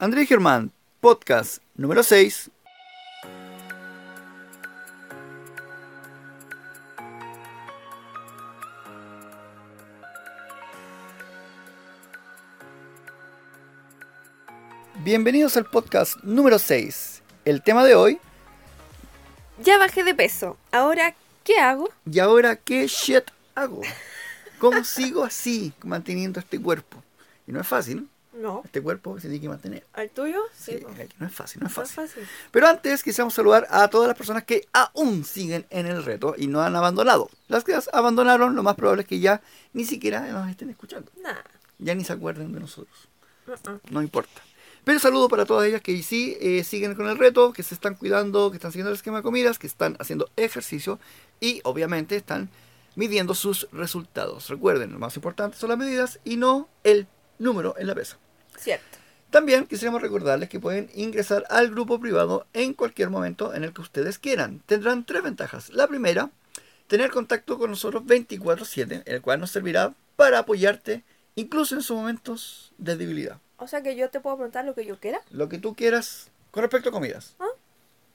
Andrés Germán, podcast número 6. Bienvenidos al podcast número 6. El tema de hoy, Ya bajé de peso. Ahora, ¿qué hago? ¿y ahora qué shit hago? ¿Cómo sigo así manteniendo este cuerpo? Y no es fácil, ¿no? No. Este cuerpo se tiene que mantener. ¿Al tuyo? Sí, po. no es fácil, no es No es fácil. fácil. Pero antes quisiéramos saludar a todas las personas que aún siguen en el reto y no han abandonado. Las que las abandonaron, lo más probable es que ya ni siquiera nos estén escuchando. Nah. Ya ni se acuerden de nosotros. uh-uh. No importa. Pero saludo para todas ellas que sí eh, siguen con el reto, que se están cuidando, que están siguiendo el esquema de comidas, que están haciendo ejercicio y obviamente están midiendo sus resultados. Recuerden, lo más importante son las medidas y no el número en la pesa. Cierto. También quisiéramos recordarles que pueden ingresar al grupo privado en cualquier momento en el que ustedes quieran. Tendrán tres ventajas. La primera, tener contacto con nosotros 24/7, el cual nos servirá para apoyarte incluso en sus momentos de debilidad. O sea que yo te puedo preguntar lo que yo quiera. Lo que tú quieras con respecto a comidas. ¿Ah?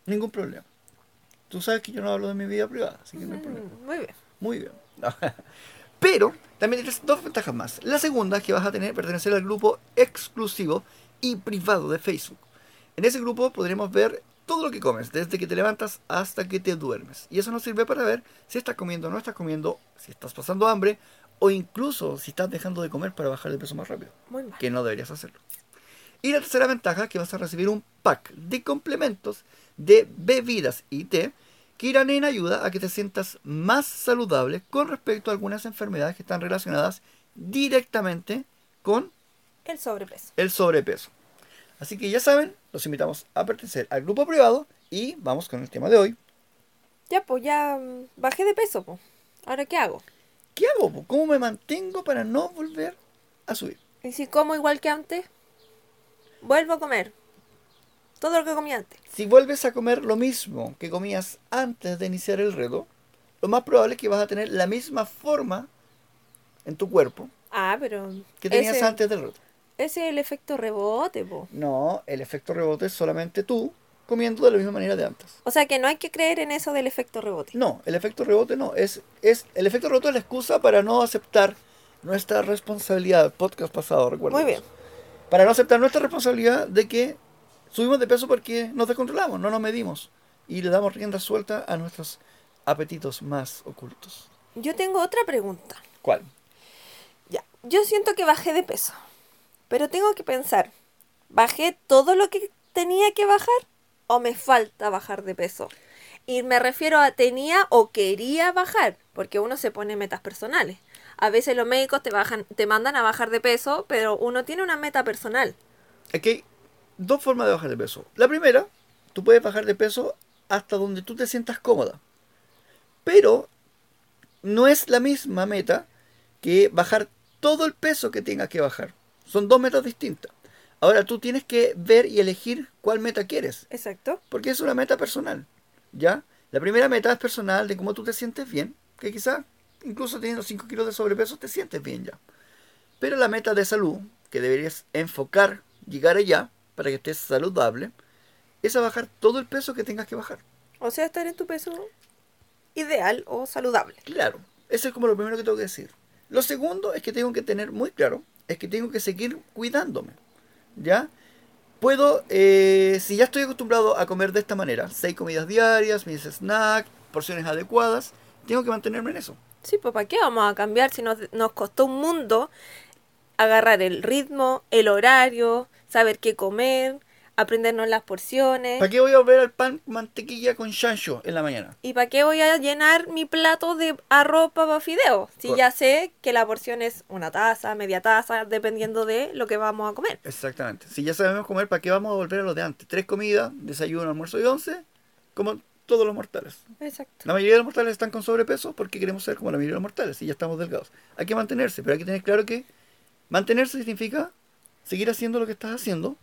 Ningún problema. Tú sabes que yo no hablo de mi vida privada, así que no hay problema. Mm, muy bien. Muy bien. Pero también tienes dos ventajas más. La segunda es que vas a tener pertenecer al grupo exclusivo y privado de Facebook. En ese grupo podremos ver todo lo que comes, desde que te levantas hasta que te duermes. Y eso nos sirve para ver si estás comiendo o no estás comiendo, si estás pasando hambre o incluso si estás dejando de comer para bajar de peso más rápido Muy mal. que no deberías hacerlo. Y la tercera ventaja es que vas a recibir un pack de complementos de bebidas y té que irán en ayuda a que te sientas más saludable con respecto a algunas enfermedades que están relacionadas directamente con El sobrepeso. el sobrepeso. Así que ya saben, los invitamos a pertenecer al grupo privado y vamos con el tema de hoy. Ya, pues ya mm, bajé de peso, pues. Ahora, ¿qué hago? ¿Qué hago? po? ¿Cómo me mantengo para no volver a subir? ¿Y si como igual que antes? Vuelvo a comer. Todo lo que comí antes. Si vuelves a comer lo mismo que comías antes de iniciar el reto, lo más probable es que vas a tener la misma forma en tu cuerpo Ah, pero. que tenías ese, antes del reto. Ese es el efecto rebote, po. No, el efecto rebote es solamente tú comiendo de la misma manera de antes. O sea que no hay que creer en eso del efecto rebote. No, el efecto rebote no. Es, es, el efecto rebote es la excusa para no aceptar nuestra responsabilidad. Podcast pasado, recuerda. Muy bien. Para no aceptar nuestra responsabilidad de que subimos de peso porque nos descontrolamos, no nos medimos y le damos rienda suelta a nuestros apetitos más ocultos. Yo tengo otra pregunta. ¿Cuál? Ya, yo siento que bajé de peso, pero tengo que pensar, ¿bajé todo lo que tenía que bajar o me falta bajar de peso? Y me refiero a tenía o quería bajar, porque uno se pone metas personales. A veces los médicos te, bajan, te mandan a bajar de peso, pero uno tiene una meta personal. Aquí hay dos formas de bajar de peso. La primera, tú puedes bajar de peso hasta donde tú te sientas cómoda, pero no es la misma meta que bajar todo el peso que tengas que bajar. Son dos metas distintas. Ahora tú tienes que ver y elegir cuál meta quieres. Exacto. Porque es una meta personal, ¿ya? La primera meta es personal, de cómo tú te sientes bien, que quizás incluso teniendo 5 kilos de sobrepeso te sientes bien ya. Pero la meta de salud, que deberías enfocar, llegar allá, para que estés saludable, es a bajar todo el peso que tengas que bajar. O sea, estar en tu peso ideal o saludable. Claro, eso es como lo primero que tengo que decir. Lo segundo es que tengo que tener muy claro, es que tengo que seguir cuidándome. ¿Ya? Puedo, eh, si ya estoy acostumbrado a comer de esta manera, seis comidas diarias, mis snacks, porciones adecuadas, tengo que mantenerme en eso. Sí, pues ¿para qué vamos a cambiar si nos, nos costó un mundo agarrar el ritmo, el horario, saber qué comer, aprendernos las porciones? ¿Para qué voy a volver al pan con mantequilla con chancho en la mañana? ¿Y para qué voy a llenar mi plato de arroz, papa, fideo? Si Cor- ya sé que la porción es una taza, media taza, dependiendo de lo que vamos a comer. Exactamente. Si ya sabemos comer, ¿para qué vamos a volver a lo de antes? Tres comidas, desayuno, almuerzo y once, como todos los mortales. Exacto. La mayoría de los mortales están con sobrepeso porque queremos ser como la mayoría de los mortales y ya estamos delgados. Hay que mantenerse, pero hay que tener claro que mantenerse significa seguir haciendo lo que estás haciendo,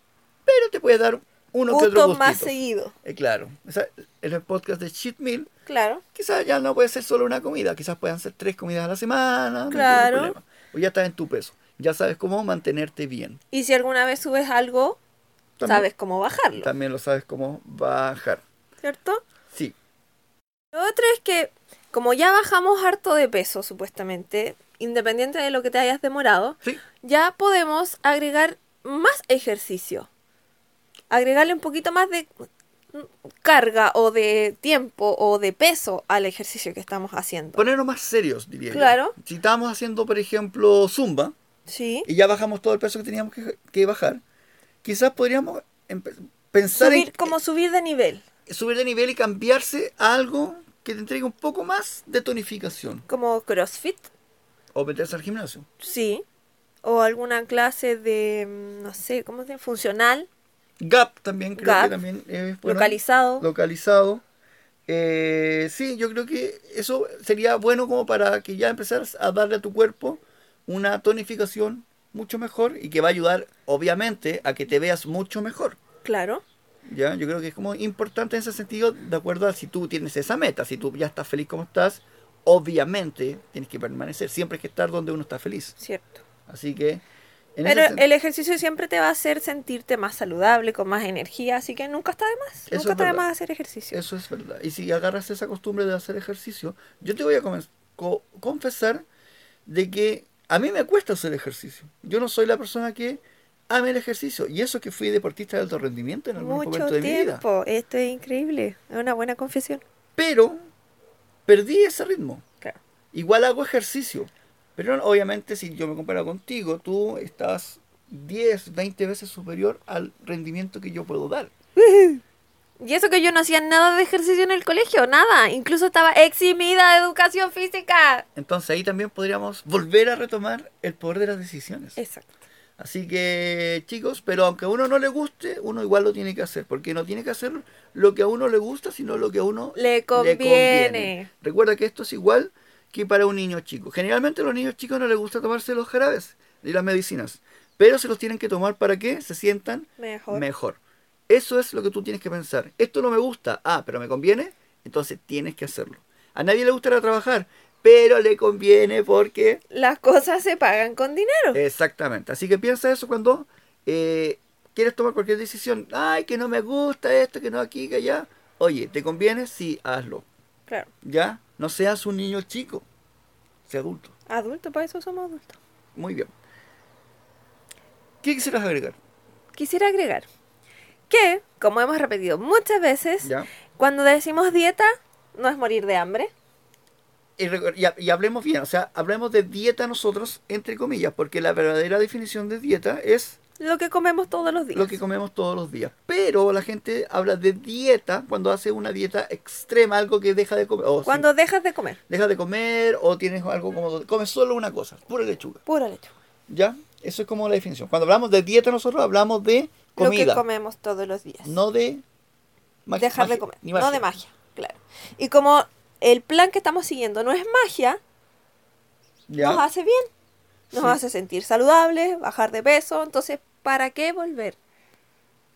pero te puedes dar uno que otro Justo más gustito. seguido. Eh, claro, O sea, en el podcast de Cheat Meal, Claro. quizás ya no puede ser solo una comida, quizás puedan ser tres comidas a la semana, no hay Claro. ningún problema. O ya estás en tu peso, ya sabes cómo mantenerte bien. Y si alguna vez subes algo, También- sabes cómo bajarlo, También lo sabes cómo bajar. ¿cierto? Sí, Lo otro es que, como ya bajamos harto de peso, supuestamente, independiente de lo que te hayas demorado, sí. ya podemos agregar más ejercicio. Agregarle un poquito más de mm, carga o de tiempo o de peso al ejercicio que estamos haciendo. Ponernos más serios, diría yo. Claro. Si estábamos haciendo, por ejemplo, zumba Sí. y ya bajamos todo el peso que teníamos que, que bajar, quizás podríamos empe- pensar Subir, en como subir de nivel. eh, subir de nivel y cambiarse a algo que te entregue un poco más de tonificación Como CrossFit. o meterse al gimnasio. Sí. O alguna clase de, mm, no sé, ¿cómo se llama? Funcional, Gap también, creo Gap. que también es bueno. localizado. localizado. Eh, sí, yo creo que eso sería bueno como para que ya empezaras a darle a tu cuerpo una tonificación mucho mejor y que va a ayudar, obviamente, a que te veas mucho mejor. Claro. ¿ya? Yo creo que es como importante en ese sentido, de acuerdo a si tú tienes esa meta, si tú ya estás feliz como estás, obviamente tienes que permanecer. Siempre hay que estar donde uno está feliz. Cierto. Así que... en ese Pero sen- el ejercicio siempre te va a hacer sentirte más saludable, con más energía, así que nunca está de más. Eso nunca es está de verdad. más hacer ejercicio. Eso es verdad. Y si agarras esa costumbre de hacer ejercicio, yo te voy a comen- co- confesar de que a mí me cuesta hacer ejercicio. Yo no soy la persona que ama el ejercicio. Y eso que fui deportista de alto rendimiento en algún Mucho momento de mi vida. tiempo. Esto es increíble. Es una buena confesión. Pero perdí ese ritmo. Claro. Igual hago ejercicio. Pero obviamente si yo me comparo contigo, tú estás 10, 20 veces superior al rendimiento que yo puedo dar. Y eso que yo no hacía nada de ejercicio en el colegio, nada. Incluso estaba eximida de educación física. Entonces ahí también podríamos volver a retomar el poder de las decisiones. Exacto. Así que chicos, pero aunque a uno no le guste, uno igual lo tiene que hacer, porque no tiene que hacer lo que a uno le gusta, sino lo que a uno Le conviene. Recuerda que esto es igual que para un niño chico. Generalmente a los niños chicos no les gusta tomarse los jarabes ni las medicinas, pero se los tienen que tomar para que se sientan Mejor. mejor. Eso es lo que tú tienes que pensar. Esto no me gusta, ah, pero me conviene, entonces tienes que hacerlo. A nadie le gustará trabajar, pero le conviene porque Las cosas se pagan con dinero. Eh. Exactamente. Así que piensa eso cuando eh, quieres tomar cualquier decisión. Ay, que no me gusta esto, que no aquí, que allá. Oye, ¿te conviene? Sí, hazlo. Claro. ¿Ya? No seas un niño chico. Sé adulto. Adultos, para eso somos adultos. Muy bien. ¿Qué quisieras agregar? Quisiera agregar que, como hemos repetido muchas veces, ¿Ya? cuando decimos dieta, no es morir de hambre. Y, recu- y ha- y hablemos bien, o sea, hablemos de dieta nosotros, entre comillas, porque la verdadera definición de dieta es Lo que comemos todos los días. lo que comemos todos los días. Pero la gente habla de dieta cuando hace una dieta extrema, algo que deja de comer. o sin- cuando dejas de comer. dejas de comer o tienes algo como donde comes solo una cosa, pura lechuga. Pura lechuga. ¿Ya? Eso es como la definición. Cuando hablamos de dieta nosotros hablamos de Lo comida, que comemos todos los días. no de magi- dejar de magi- comer. ni No de magia, claro. Y como el plan que estamos siguiendo no es magia, ¿Ya? nos hace bien. Nos Sí. hace sentir saludables, bajar de peso. Entonces, ¿para qué volver?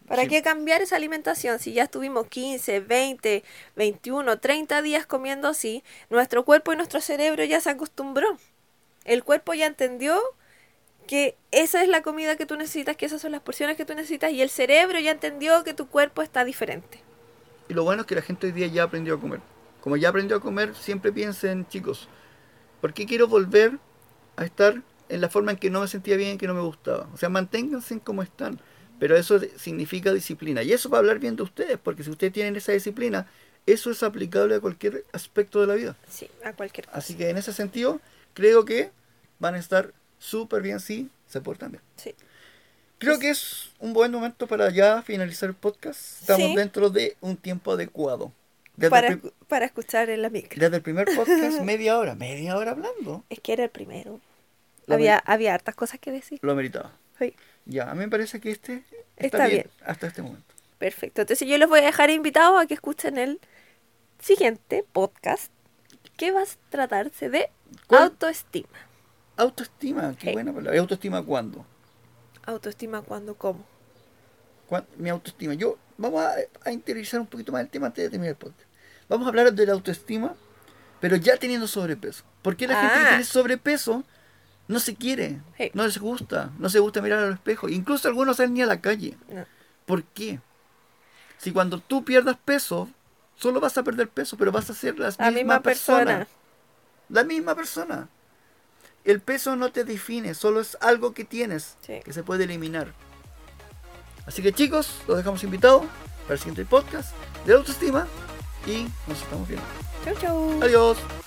¿Para Sí. qué cambiar esa alimentación? Si ya estuvimos 15, 20, 21, 30 días comiendo así, nuestro cuerpo y nuestro cerebro ya se acostumbró. El cuerpo ya entendió que esa es la comida que tú necesitas, que esas son las porciones que tú necesitas y el cerebro ya entendió que tu cuerpo está diferente. Y lo bueno es que la gente hoy día ya aprendió a comer. Como ya aprendió a comer, siempre piensen, chicos, ¿por qué quiero volver a estar en la forma en que no me sentía bien, que no me gustaba? O sea, manténganse en como están. Pero eso de- significa disciplina. Y eso va a hablar bien de ustedes, porque si ustedes tienen esa disciplina, eso es aplicable a cualquier aspecto de la vida. Sí, a cualquier cosa. Así que en ese sentido, creo que van a estar súper bien si se portan bien. Sí. Creo que es un buen momento para ya finalizar el podcast. Estamos Sí. dentro de un tiempo adecuado. Desde, Para, el, pri- para escuchar en la micro. desde el primer podcast, media hora, media hora hablando. Es que era el primero. Lo Había, había hartas cosas que decir. Lo meritaba. Sí. Ya, a mí me parece que este está, Está bien, bien. hasta este momento. Perfecto. Entonces yo los voy a dejar invitados a que escuchen el siguiente podcast que va a tratarse de ¿Cuál? autoestima. Autoestima, qué Sí. buena palabra. ¿Y ¿Autoestima cuándo? Autoestima cuando como. ¿Cuán- Mi autoestima. Yo, vamos a, a interiorizar un poquito más el tema antes de terminar el podcast. Vamos a hablar de la autoestima, pero ya teniendo sobrepeso. Porque la gente que Ah. tiene sobrepeso no se quiere, Sí. no les gusta, no se gusta mirar al espejo. Incluso algunos salen ni a la calle. No. ¿Por qué? Si cuando tú pierdas peso, solo vas a perder peso, pero vas a ser la misma, La misma persona. persona. La misma persona. El peso no te define, solo es algo que tienes Sí. que se puede eliminar. Así que chicos, los dejamos invitados para el siguiente podcast de autoestima y nos estamos viendo. Chau, chau. Adiós.